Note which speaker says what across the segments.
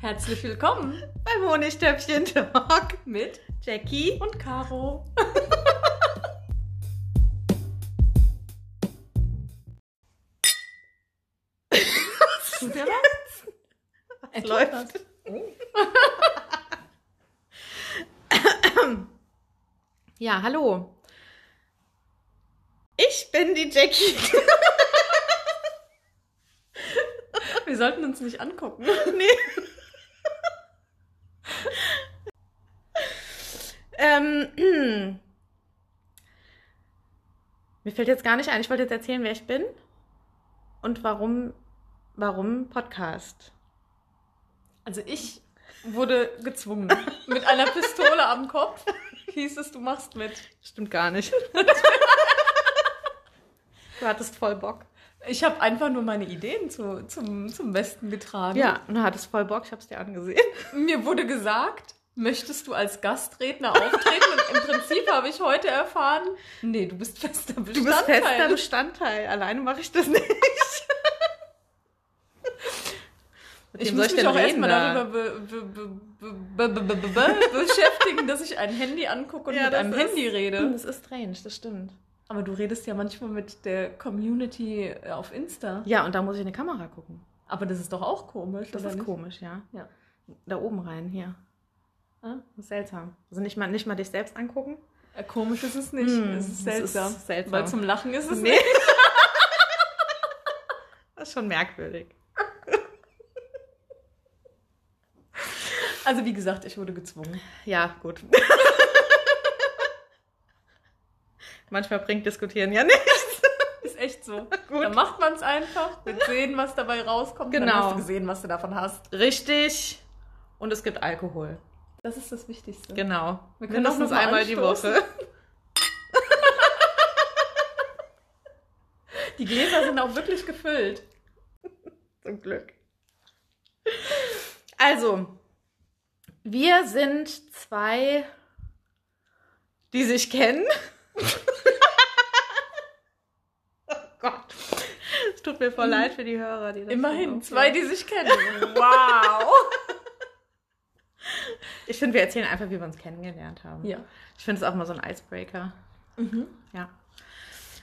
Speaker 1: Herzlich willkommen
Speaker 2: beim Honigtöpfchen Talk
Speaker 1: mit
Speaker 2: Jackie.
Speaker 1: und Caro. Was ist der was? Es Oh.
Speaker 2: läuft.
Speaker 1: was.
Speaker 2: Ja, hallo. Ich bin die Jackie.
Speaker 1: Wir sollten uns nicht angucken.
Speaker 2: nee. ähm, mir fällt jetzt gar nicht ein. Ich wollte jetzt erzählen, wer ich bin und warum, warum Podcast.
Speaker 1: Also ich wurde gezwungen. Mit einer Pistole am Kopf hieß es, du machst mit.
Speaker 2: Stimmt gar nicht. du hattest voll Bock.
Speaker 1: Ich habe einfach nur meine Ideen zu, zum, zum Besten getragen.
Speaker 2: Ja, du hattest voll Bock. Ich hab's dir angesehen.
Speaker 1: Mir wurde gesagt, möchtest du als Gastredner auftreten? Und im Prinzip habe ich heute erfahren, nee, du bist fester Bestandteil.
Speaker 2: Du bist fester Bestandteil. Alleine mache ich das nicht. Mit
Speaker 1: ich
Speaker 2: wem
Speaker 1: muss mich auch
Speaker 2: reden
Speaker 1: erstmal
Speaker 2: da?
Speaker 1: darüber be be be be be be be be beschäftigen, dass ich ein Handy angucke und
Speaker 2: Ja,
Speaker 1: mit
Speaker 2: das
Speaker 1: einem
Speaker 2: ist-
Speaker 1: Handy rede.
Speaker 2: Das ist strange, das stimmt.
Speaker 1: Aber du redest ja manchmal mit der Community äh, auf Insta.
Speaker 2: Ja, und da muss ich in die Kamera gucken.
Speaker 1: Aber das ist doch auch komisch.
Speaker 2: Das
Speaker 1: oder
Speaker 2: ist
Speaker 1: nicht?
Speaker 2: komisch, ja.
Speaker 1: Ja.
Speaker 2: Da oben rein, hier.
Speaker 1: Ah.
Speaker 2: Das ist seltsam. Also nicht mal, nicht mal dich selbst angucken.
Speaker 1: Äh, Komisch ist es nicht.
Speaker 2: Hm,
Speaker 1: es ist
Speaker 2: das ist
Speaker 1: seltsam.
Speaker 2: seltsam.
Speaker 1: Weil zum Lachen ist es
Speaker 2: Nee.
Speaker 1: nicht.
Speaker 2: Das ist schon merkwürdig.
Speaker 1: Also wie gesagt, ich wurde gezwungen.
Speaker 2: Ja, gut. Manchmal bringt Diskutieren ja nicht
Speaker 1: Ist echt so.
Speaker 2: gut.
Speaker 1: Dann macht man es einfach. Wir sehen, was dabei rauskommt. Dann
Speaker 2: Genau.
Speaker 1: hast du gesehen, was du davon hast.
Speaker 2: Richtig. Und es gibt Alkohol.
Speaker 1: Das ist das Wichtigste.
Speaker 2: Genau.
Speaker 1: Wir können das
Speaker 2: Mindestens
Speaker 1: noch mal
Speaker 2: einmal die
Speaker 1: anstoßen.
Speaker 2: Woche.
Speaker 1: Die Gläser sind auch wirklich gefüllt.
Speaker 2: Zum Glück. Also, wir sind zwei, die sich kennen. oh Gott. Es tut mir voll leid für die Hörer, die das
Speaker 1: Immerhin,
Speaker 2: schon aufhören.
Speaker 1: zwei, die sich kennen. Wow.
Speaker 2: Ich finde, wir erzählen einfach, wie wir uns kennengelernt haben.
Speaker 1: Ja.
Speaker 2: Ich finde es auch mal so ein Icebreaker.
Speaker 1: Mhm.
Speaker 2: Ja.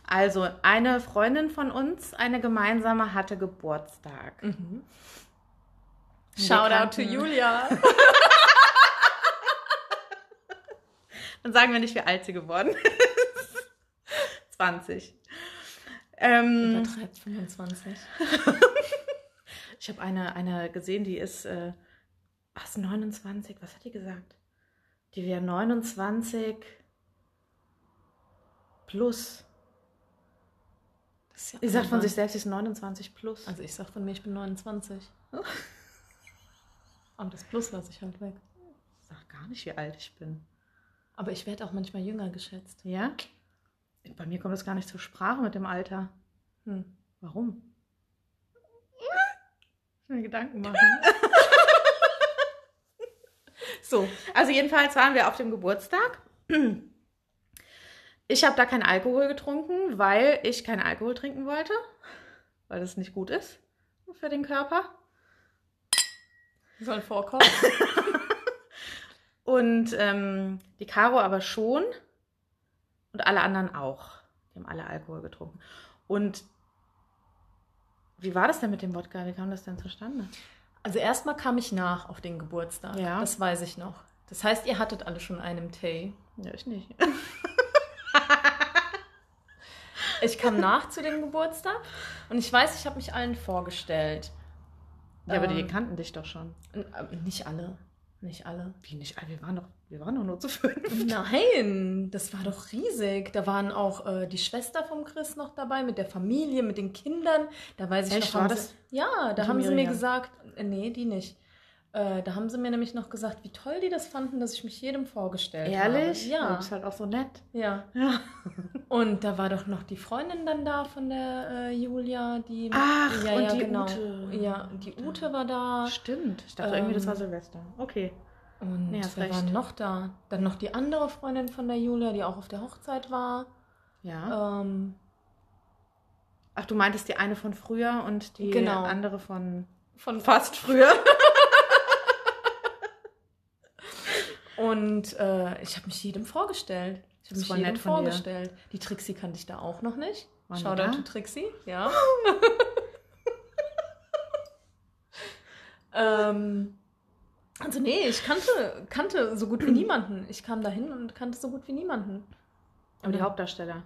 Speaker 2: Also, eine Freundin von uns, eine gemeinsame, hatte Geburtstag.
Speaker 1: Mhm.
Speaker 2: Wir
Speaker 1: Shout out to
Speaker 2: kannten-
Speaker 1: Julia.
Speaker 2: Dann sagen wir nicht, wie alt sie geworden ist. 20. Ähm,
Speaker 1: Übertreibt 25.
Speaker 2: ich habe eine, eine gesehen, die ist, äh, was, 29? Was hat die gesagt? Die wäre 29 plus.
Speaker 1: Das ist ja
Speaker 2: Die sagt von
Speaker 1: albern.
Speaker 2: sich selbst, sie ist 29 plus.
Speaker 1: Also ich sag von mir, ich bin 29. Und das Plus lasse ich halt weg.
Speaker 2: ich sag gar nicht, wie alt ich bin.
Speaker 1: Aber ich werde auch manchmal jünger geschätzt.
Speaker 2: Ja? Bei mir kommt das gar nicht zur Sprache mit dem Alter.
Speaker 1: Hm.
Speaker 2: Warum? Ich will mir Gedanken machen.
Speaker 1: So,
Speaker 2: Also jedenfalls waren wir auf dem Geburtstag. Ich habe da keinen Alkohol getrunken, weil ich keinen Alkohol trinken wollte, weil das nicht gut ist für den Körper.
Speaker 1: soll vorkommen.
Speaker 2: Und ähm, die Caro aber schon und alle anderen auch. Die haben alle Alkohol getrunken. Und wie war das denn mit dem Wodka? Wie kam das denn zustande?
Speaker 1: Also erstmal kam ich nach auf den Geburtstag.
Speaker 2: Ja.
Speaker 1: Das weiß ich noch. Das heißt, ihr hattet alle schon einen Tee.
Speaker 2: Ja, ich nicht.
Speaker 1: Ich kam nach zu dem Geburtstag und ich weiß, ich habe mich allen vorgestellt.
Speaker 2: Ja, aber die
Speaker 1: Ähm,
Speaker 2: kannten dich doch schon.
Speaker 1: N- äh, Nicht alle. Nicht alle.
Speaker 2: Wie nicht? alle? Wir waren doch, wir waren doch nur zu fünf.
Speaker 1: Nein, das war doch riesig. Da waren auch äh, die Schwester vom Chris noch dabei, mit der Familie, mit den Kindern. Da weiß ich
Speaker 2: Echt,
Speaker 1: noch.
Speaker 2: war
Speaker 1: haben
Speaker 2: das?
Speaker 1: Sie, ja, da
Speaker 2: Die
Speaker 1: haben sie mir
Speaker 2: Miriam?
Speaker 1: gesagt, äh, nee, die nicht. Äh, da haben sie mir nämlich noch gesagt, wie toll die das fanden, dass ich mich jedem vorgestellt
Speaker 2: Ehrlich?
Speaker 1: habe.
Speaker 2: Das ist halt auch so nett.
Speaker 1: Ja, ja.
Speaker 2: Ja.
Speaker 1: Und da war doch noch die Freundin dann da von der äh, Julia, die.
Speaker 2: Ach,
Speaker 1: ja,
Speaker 2: und
Speaker 1: ja,
Speaker 2: die
Speaker 1: genau.
Speaker 2: Ute.
Speaker 1: Ja, und die Ute war da.
Speaker 2: Stimmt. Ich dachte
Speaker 1: Ähm,
Speaker 2: irgendwie, das war Silvester. Okay.
Speaker 1: Und
Speaker 2: Ja,
Speaker 1: ja,
Speaker 2: hast
Speaker 1: wer war
Speaker 2: recht.
Speaker 1: noch da? Dann noch die andere Freundin von der Julia, die auch auf der Hochzeit war.
Speaker 2: Ja.
Speaker 1: Ähm,
Speaker 2: Ach, du meintest die eine von früher und die
Speaker 1: Genau.
Speaker 2: andere von
Speaker 1: von
Speaker 2: fast früher.
Speaker 1: Und äh, ich habe mich jedem vorgestellt. Ich habe
Speaker 2: Das
Speaker 1: mich
Speaker 2: war
Speaker 1: jedem
Speaker 2: nett von dir.
Speaker 1: vorgestellt. Die Trixi kannte ich da auch noch nicht.
Speaker 2: Waren die
Speaker 1: Shoutout
Speaker 2: da?
Speaker 1: to Trixi, ja. ähm, also nee, ich kannte, kannte so gut wie niemanden. Ich kam dahin und kannte so gut wie niemanden.
Speaker 2: Aber die
Speaker 1: dann
Speaker 2: Hauptdarsteller.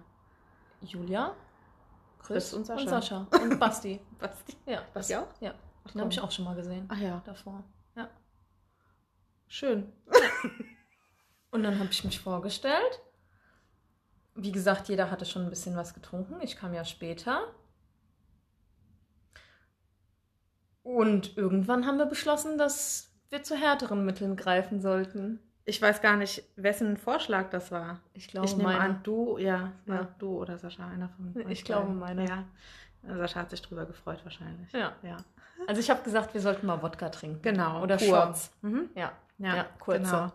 Speaker 1: Julia, Chris,
Speaker 2: Chris und Sascha.
Speaker 1: und Sascha und Basti.
Speaker 2: Basti.
Speaker 1: Ja,
Speaker 2: Basti auch?
Speaker 1: Ja,
Speaker 2: Ach,
Speaker 1: den habe ich
Speaker 2: komm.
Speaker 1: auch schon mal gesehen
Speaker 2: Ach ja,
Speaker 1: davor.
Speaker 2: schön.
Speaker 1: Und dann habe ich mich vorgestellt. Wie gesagt, jeder hatte schon ein bisschen was getrunken. Ich kam ja später. Und irgendwann haben wir beschlossen, dass wir zu härteren Mitteln greifen sollten.
Speaker 2: Ich weiß gar nicht, wessen Vorschlag das war.
Speaker 1: Ich glaube,
Speaker 2: ich nehme
Speaker 1: meine-
Speaker 2: an, du, ja,
Speaker 1: Ja.
Speaker 2: ja, du oder Sascha, einer von
Speaker 1: Ich
Speaker 2: euch
Speaker 1: glaube,
Speaker 2: beiden.
Speaker 1: meiner.
Speaker 2: Ja. Sascha hat sich drüber gefreut wahrscheinlich.
Speaker 1: Ja.
Speaker 2: Ja.
Speaker 1: Also ich habe gesagt, wir sollten mal Wodka trinken.
Speaker 2: Genau.
Speaker 1: Oder
Speaker 2: pur.
Speaker 1: Shots.
Speaker 2: Mhm.
Speaker 1: Ja.
Speaker 2: Ja,
Speaker 1: Ja, kurze.
Speaker 2: Genau.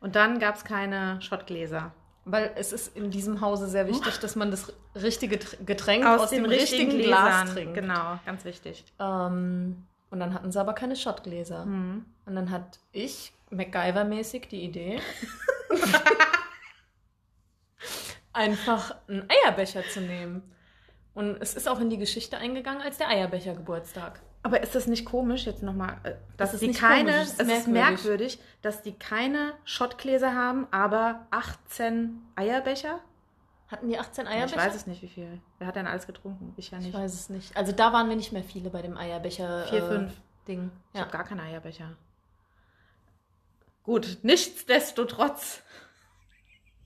Speaker 2: Und dann gab es keine Schottgläser.
Speaker 1: Weil es ist in diesem Hause sehr wichtig, dass man das richtige Tr- Getränk aus, dem, richtigen,
Speaker 2: richtigen
Speaker 1: Glas
Speaker 2: Gläsern.
Speaker 1: trinkt.
Speaker 2: Genau, ganz wichtig.
Speaker 1: Ähm, und dann hatten sie aber keine Schottgläser.
Speaker 2: Mhm.
Speaker 1: Und dann hat ich MacGyver-mäßig die Idee, einfach einen Eierbecher zu nehmen. Und es ist auch in die Geschichte eingegangen als der Eierbecher-Geburtstag.
Speaker 2: Aber ist das nicht komisch jetzt nochmal, dass
Speaker 1: äh, ist
Speaker 2: die
Speaker 1: nicht
Speaker 2: keine,
Speaker 1: komisch, es ist
Speaker 2: es ist
Speaker 1: merkwürdig.
Speaker 2: merkwürdig, dass die keine Schottgläser haben, aber 18 Eierbecher?
Speaker 1: Hatten die 18
Speaker 2: Ich
Speaker 1: Eierbecher?
Speaker 2: weiß es nicht, wie viel. Wer hat denn alles getrunken? Ich ja
Speaker 1: Ich
Speaker 2: nicht.
Speaker 1: weiß es nicht. Also da waren wir nicht mehr viele bei dem Eierbecher.
Speaker 2: Vier, fünf.
Speaker 1: Äh, Ding.
Speaker 2: Ich
Speaker 1: Ja.
Speaker 2: habe gar keinen Eierbecher. Gut, nichtsdestotrotz.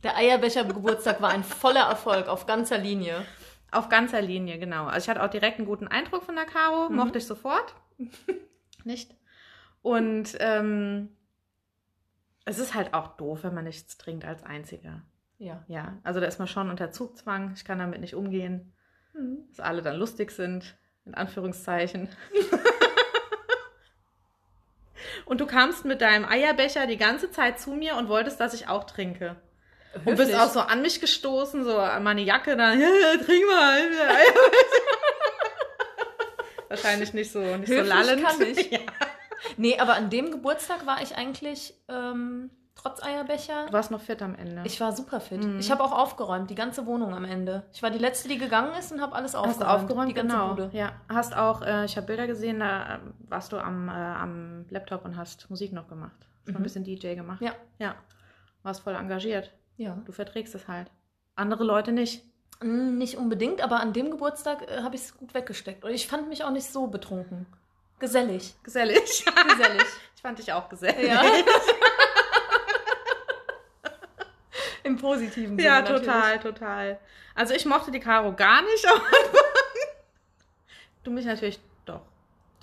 Speaker 1: Der Eierbecher-Geburtstag war ein voller Erfolg auf ganzer Linie.
Speaker 2: Auf ganzer Linie, genau. Also ich hatte auch direkt einen guten Eindruck von der Caro,
Speaker 1: Mhm.
Speaker 2: mochte ich sofort. nicht? Und ähm, es ist halt auch doof, wenn man nichts trinkt als Einziger.
Speaker 1: Ja.
Speaker 2: Ja, also da ist man schon unter Zugzwang. Ich kann damit nicht umgehen, dass alle dann lustig sind, in Anführungszeichen. und du kamst mit deinem Eierbecher die ganze Zeit zu mir und wolltest, dass ich auch trinke. Und bist auch so an mich gestoßen, so an meine Jacke, dann, "Ja, ja, trink mal. Wahrscheinlich nicht so, nicht so
Speaker 1: Höflich
Speaker 2: lallend.
Speaker 1: kann ich.
Speaker 2: Ja.
Speaker 1: Nee, aber an dem Geburtstag war ich eigentlich ähm, trotz Eierbecher
Speaker 2: Du warst noch fit am Ende.
Speaker 1: Ich war super fit.
Speaker 2: Mhm.
Speaker 1: Ich habe auch aufgeräumt, die ganze Wohnung am Ende. Ich war die letzte, die gegangen ist und habe alles aufgeräumt.
Speaker 2: Hast du aufgeräumt,
Speaker 1: die ganze
Speaker 2: genau.
Speaker 1: Bude.
Speaker 2: Ja, hast auch, äh, ich habe Bilder gesehen, da ähm, warst du am, äh, am Laptop und hast Musik noch gemacht. Hast noch
Speaker 1: Mhm.
Speaker 2: ein bisschen DJ gemacht.
Speaker 1: Ja.
Speaker 2: Ja. Warst voll engagiert.
Speaker 1: Ja.
Speaker 2: Du verträgst es halt. Andere Leute nicht.
Speaker 1: Mm, Nicht unbedingt, aber an dem Geburtstag äh, habe ich es gut weggesteckt. Und ich fand mich auch nicht so betrunken. Gesellig.
Speaker 2: Gesellig.
Speaker 1: Gesellig.
Speaker 2: ich fand dich auch gesellig.
Speaker 1: ja. Im positiven Sinne.
Speaker 2: Ja,
Speaker 1: natürlich.
Speaker 2: total, total. Also ich mochte die Caro gar nicht am Anfang. Du mich natürlich doch.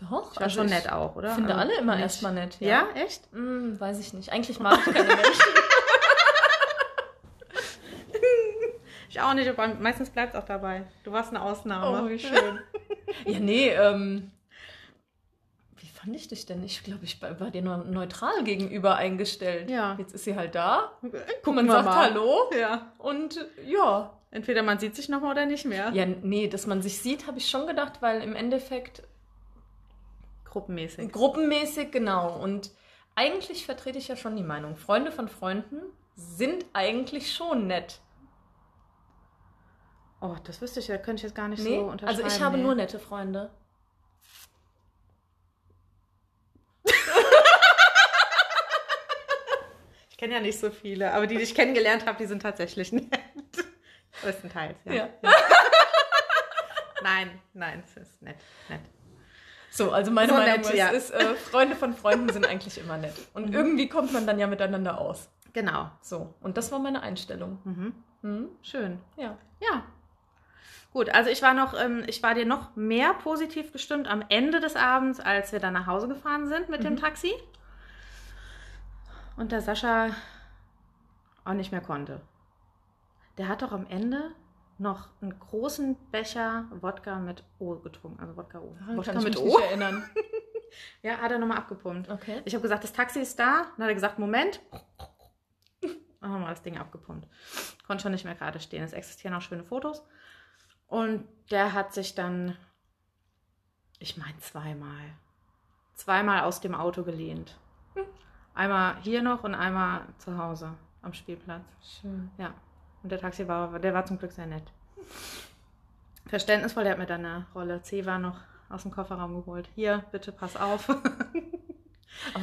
Speaker 1: Doch, also
Speaker 2: Ich war schon nett auch,
Speaker 1: Ich
Speaker 2: oder?
Speaker 1: finde
Speaker 2: Also
Speaker 1: alle immer
Speaker 2: nicht-
Speaker 1: erstmal nett.
Speaker 2: Ja, echt?
Speaker 1: Mm, weiß ich nicht. Eigentlich mag ich keine Menschen.
Speaker 2: Ich auch nicht, aber meistens bleibt es auch dabei. Du warst eine Ausnahme.
Speaker 1: Oh, wie schön. ja, nee, ähm. Wie fand ich dich denn? Ich glaube, ich war war dir nur neutral gegenüber eingestellt.
Speaker 2: Ja.
Speaker 1: Jetzt ist sie halt da.
Speaker 2: Gucken
Speaker 1: man
Speaker 2: wir
Speaker 1: sagt
Speaker 2: mal.
Speaker 1: Hallo
Speaker 2: Ja.
Speaker 1: und äh, ja.
Speaker 2: Entweder man sieht sich nochmal oder nicht mehr.
Speaker 1: Ja, nee, dass man sich sieht, habe ich schon gedacht, weil im Endeffekt
Speaker 2: Gruppenmäßig.
Speaker 1: gruppenmäßig, genau. Und eigentlich vertrete ich ja schon die Meinung, Freunde von Freunden sind eigentlich schon nett.
Speaker 2: Oh, das wüsste ich ja, könnte ich jetzt gar nicht
Speaker 1: Nee?
Speaker 2: so unterschreiben.
Speaker 1: also ich habe
Speaker 2: nee.
Speaker 1: nur nette Freunde.
Speaker 2: Ich kenne ja nicht so viele, aber die, die ich kennengelernt habe, die sind tatsächlich nett. Größtenteils, ja.
Speaker 1: Ja.
Speaker 2: Nein, nein, es ist nett, nett.
Speaker 1: So, also meine
Speaker 2: So
Speaker 1: Meinung
Speaker 2: nett,
Speaker 1: ist,
Speaker 2: ja. Mhm.
Speaker 1: ist äh, Freunde von Freunden sind eigentlich immer nett. Und irgendwie kommt man dann ja miteinander aus.
Speaker 2: Genau.
Speaker 1: So, und das war meine Einstellung.
Speaker 2: Mhm.
Speaker 1: Hm?
Speaker 2: Schön.
Speaker 1: Ja.
Speaker 2: Ja. Gut, also ich war noch, ähm, ich war dir noch mehr positiv gestimmt am Ende des Abends, als wir dann nach Hause gefahren sind mit dem
Speaker 1: Mhm.
Speaker 2: Taxi. Und der Sascha auch nicht mehr konnte. Der hat doch am Ende noch einen großen Becher Wodka mit O getrunken. Also Wodka O.
Speaker 1: Daran
Speaker 2: Wodka
Speaker 1: kann Ah, ich
Speaker 2: mit
Speaker 1: mich
Speaker 2: O?
Speaker 1: nicht erinnern.
Speaker 2: Ja, hat er nochmal abgepumpt.
Speaker 1: Okay.
Speaker 2: Ich habe gesagt, das Taxi ist da. Dann hat er gesagt, Moment. Dann haben wir das Ding abgepumpt. Konnte schon nicht mehr gerade stehen. Es existieren auch schöne Fotos. Und der hat sich dann, ich meine zweimal, zweimal aus dem Auto gelehnt. Einmal hier noch und einmal zu Hause am Spielplatz.
Speaker 1: Schön.
Speaker 2: Ja. Und der Taxifahrer, der war zum Glück sehr nett. Verständnisvoll, der hat mir dann eine Rolle C war noch aus dem Kofferraum geholt. Hier, bitte pass auf.
Speaker 1: Aber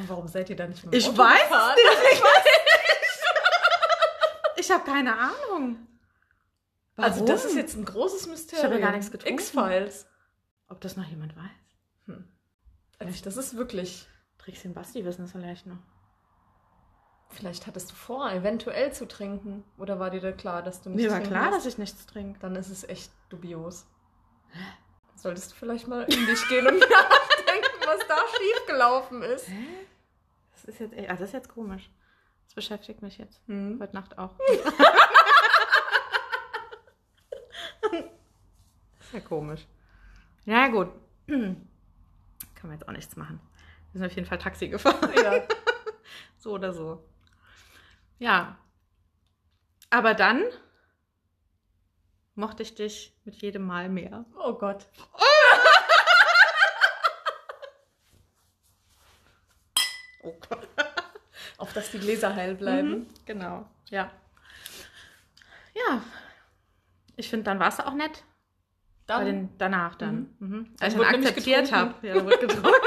Speaker 1: warum seid ihr da nicht mit
Speaker 2: Ich
Speaker 1: Auto
Speaker 2: weiß es
Speaker 1: gefahren?
Speaker 2: Ich habe keine Ahnung.
Speaker 1: Also das ist
Speaker 2: Warum?
Speaker 1: jetzt ein großes Mysterium.
Speaker 2: ja gar nichts getrunken.
Speaker 1: X-Files. Hm.
Speaker 2: Ob das noch jemand weiß?
Speaker 1: Also das ist wirklich...
Speaker 2: Trixie und Basti wissen es vielleicht noch.
Speaker 1: Vielleicht hattest du vor, eventuell zu trinken. Oder war dir da klar, dass du nicht
Speaker 2: Mir war
Speaker 1: trinken
Speaker 2: klar,
Speaker 1: wirst?
Speaker 2: dass ich nichts trinke.
Speaker 1: Dann ist es echt dubios. Solltest du vielleicht mal in dich gehen und nachdenken, was da schiefgelaufen ist.
Speaker 2: Hä? Das ist jetzt, echt- ah, das ist jetzt komisch. Das beschäftigt mich jetzt.
Speaker 1: Hm.
Speaker 2: Heute Nacht auch. ist ja komisch. Ja, gut. Kann man jetzt auch nichts machen. Wir sind auf jeden Fall Taxi gefahren.
Speaker 1: Ja.
Speaker 2: So oder so. Ja. Aber dann mochte ich dich mit jedem Mal mehr.
Speaker 1: Oh Gott.
Speaker 2: Oh Gott.
Speaker 1: Auf dass die Gläser heil bleiben.
Speaker 2: Mhm, genau, ja. Ja. Ich finde, dann war es auch nett. Bei
Speaker 1: Dann,
Speaker 2: den, danach dann. Mhm. Als ich
Speaker 1: wurde
Speaker 2: dann
Speaker 1: nämlich
Speaker 2: akzeptiert
Speaker 1: getrunken.
Speaker 2: habe. Ja, da wurde getrunken.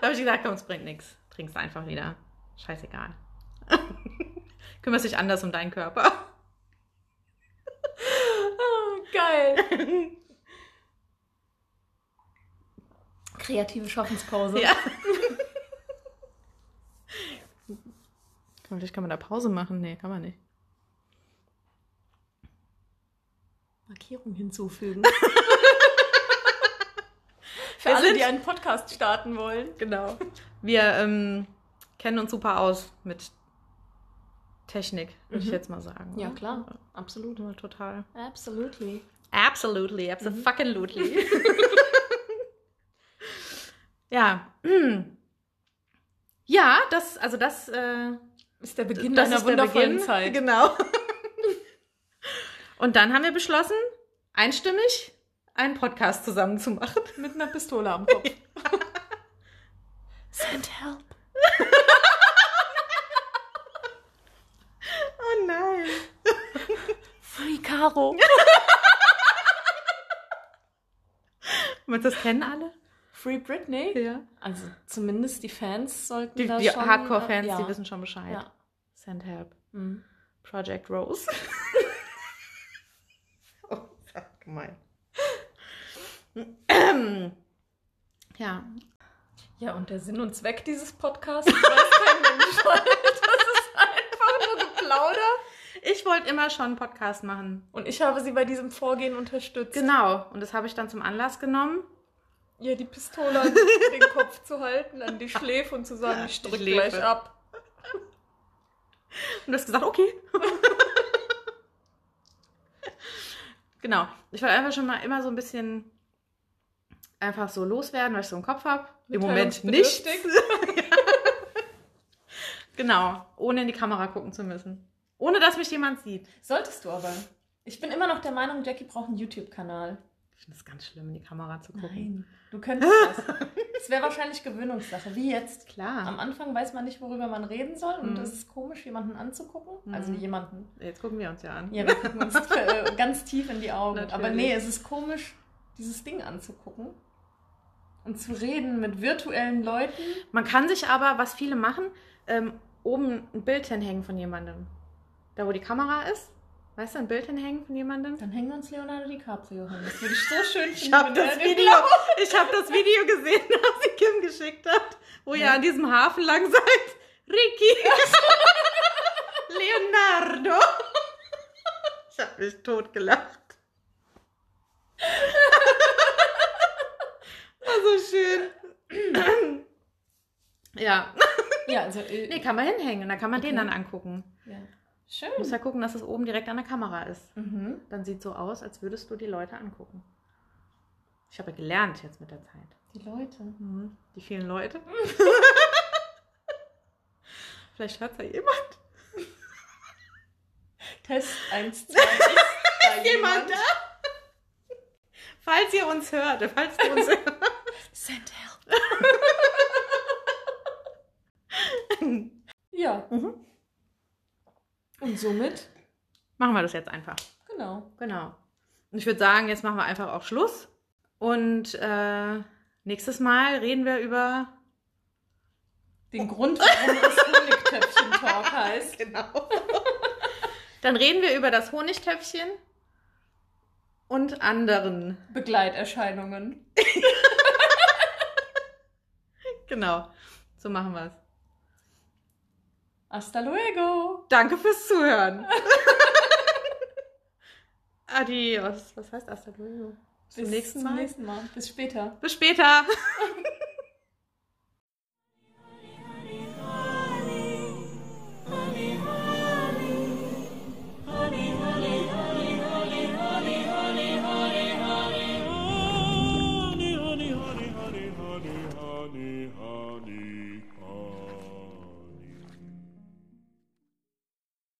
Speaker 2: da habe ich gesagt, komm, es bringt nichts. Trinkst einfach wieder. Scheißegal. Kümmerst dich anders um deinen Körper.
Speaker 1: oh, geil. Kreative Schaffenspause.
Speaker 2: Ja. Vielleicht kann man da Pause machen. Nee, kann man nicht.
Speaker 1: Markierung hinzufügen. Für
Speaker 2: Wir
Speaker 1: alle,
Speaker 2: sind-
Speaker 1: die einen Podcast starten wollen.
Speaker 2: Genau. Wir ähm, kennen uns super aus mit Technik, würde ich
Speaker 1: Mhm.
Speaker 2: jetzt mal sagen.
Speaker 1: Ja,
Speaker 2: oder?
Speaker 1: klar. Absolut.
Speaker 2: Ja, Total.
Speaker 1: Absolutely.
Speaker 2: Absolutely, absolutely. Mhm. ja. Ja, das, also das, äh,
Speaker 1: Ist der Beginn
Speaker 2: das
Speaker 1: einer
Speaker 2: ist der
Speaker 1: wundervollen
Speaker 2: Beginn.
Speaker 1: Zeit.
Speaker 2: Genau. Und dann haben wir beschlossen, einstimmig einen Podcast zusammen zu machen.
Speaker 1: Mit einer Pistole am Kopf. Send help.
Speaker 2: Oh nein.
Speaker 1: Free Caro.
Speaker 2: Und das kennen alle?
Speaker 1: Free Britney.
Speaker 2: Ja.
Speaker 1: Also zumindest die Fans sollten
Speaker 2: Die,
Speaker 1: da
Speaker 2: die
Speaker 1: schon...
Speaker 2: Hardcore-Fans,
Speaker 1: äh, ja.
Speaker 2: die wissen schon Bescheid.
Speaker 1: Ja.
Speaker 2: Send help.
Speaker 1: Mhm.
Speaker 2: Project Rose. oh, ist das gemein. ja.
Speaker 1: ja, und der Sinn und Zweck dieses Podcasts weiß kein Mensch. Das ist einfach nur Geplauder.
Speaker 2: Ich wollte immer schon einen Podcast machen.
Speaker 1: Und ich habe sie bei diesem Vorgehen unterstützt,
Speaker 2: Genau. Und das habe ich dann zum Anlass genommen.
Speaker 1: ihr die Pistole an den Kopf zu halten, an die Schläfe und zu sagen, ich drück
Speaker 2: Schläfe.
Speaker 1: gleich ab.
Speaker 2: Und du hast gesagt, okay. genau. Ich wollte einfach schon mal immer so ein bisschen einfach so loswerden, weil ich so im Kopf habe. Im Moment nicht.
Speaker 1: Mitteilungsbedürftig.
Speaker 2: Genau. Ohne in die Kamera gucken zu müssen. Ohne dass mich jemand sieht.
Speaker 1: Solltest du aber. Ich bin immer noch der Meinung, Jackie braucht einen YouTube-Kanal.
Speaker 2: Ich finde es ganz schlimm, in die Kamera zu gucken.
Speaker 1: Nein, du könntest das. Es wäre wahrscheinlich Gewöhnungssache, wie jetzt. Am
Speaker 2: Klar.
Speaker 1: Anfang weiß man nicht, worüber man reden soll und
Speaker 2: Mhm.
Speaker 1: es ist komisch, jemanden anzugucken. Also
Speaker 2: Mhm.
Speaker 1: jemanden.
Speaker 2: Jetzt gucken wir uns ja an.
Speaker 1: Ja, wir gucken uns äh, ganz tief in die Augen.
Speaker 2: Natürlich.
Speaker 1: Aber nee, es ist komisch, dieses Ding anzugucken und zu reden mit virtuellen Leuten.
Speaker 2: Man kann sich aber, was viele machen, ähm, oben ein Bild hinhängen von jemandem. Da, wo die Kamera ist. Weißt du, ein Bild hinhängen von jemandem?
Speaker 1: Dann hängen wir uns Leonardo DiCaprio hin. Das würde ich so schön finden.
Speaker 2: Ich habe
Speaker 1: wenn
Speaker 2: das
Speaker 1: er den
Speaker 2: Video, ich habe das Video gesehen, das sie Kim geschickt hat, wo ihr
Speaker 1: Ja.
Speaker 2: an diesem Hafen lang seid. Ricky. Leonardo. Ich habe mich totgelacht. War so schön. Ja.
Speaker 1: Ja, also. Äh,
Speaker 2: Nee, kann man hinhängen, dann kann man
Speaker 1: Okay.
Speaker 2: den dann angucken.
Speaker 1: ja.
Speaker 2: Du
Speaker 1: Schön.
Speaker 2: musst ja gucken, dass es oben direkt an der Kamera ist.
Speaker 1: Mhm.
Speaker 2: Dann sieht so aus, als würdest du die Leute angucken. Ich habe gelernt jetzt mit der Zeit.
Speaker 1: Die Leute.
Speaker 2: Mhm. Die vielen Leute. Vielleicht hört ja jemand.
Speaker 1: Test 1, 2, ist da jemand?
Speaker 2: Falls ihr uns hört, falls ihr uns hört.
Speaker 1: Send help. Ja.
Speaker 2: Mhm.
Speaker 1: Und somit,
Speaker 2: Machen wir das jetzt einfach.
Speaker 1: genau.
Speaker 2: Genau. Und ich würde sagen, jetzt machen wir einfach auch Schluss. Und äh, nächstes Mal reden wir über.
Speaker 1: Den
Speaker 2: Oh.
Speaker 1: Grund, warum das Honigtöpfchen-Talk heißt.
Speaker 2: Genau. Dann reden wir über das Honigtöpfchen und anderen.
Speaker 1: Begleiterscheinungen.
Speaker 2: Genau. So machen wir es.
Speaker 1: Hasta luego.
Speaker 2: Danke fürs Zuhören. Adios. Was heißt hasta luego? Bis zum nächsten Mal.
Speaker 1: nächsten Mal. Bis später.
Speaker 2: Bis später.
Speaker 3: honey, honey, honey, honey, honey, honey, honey, honey.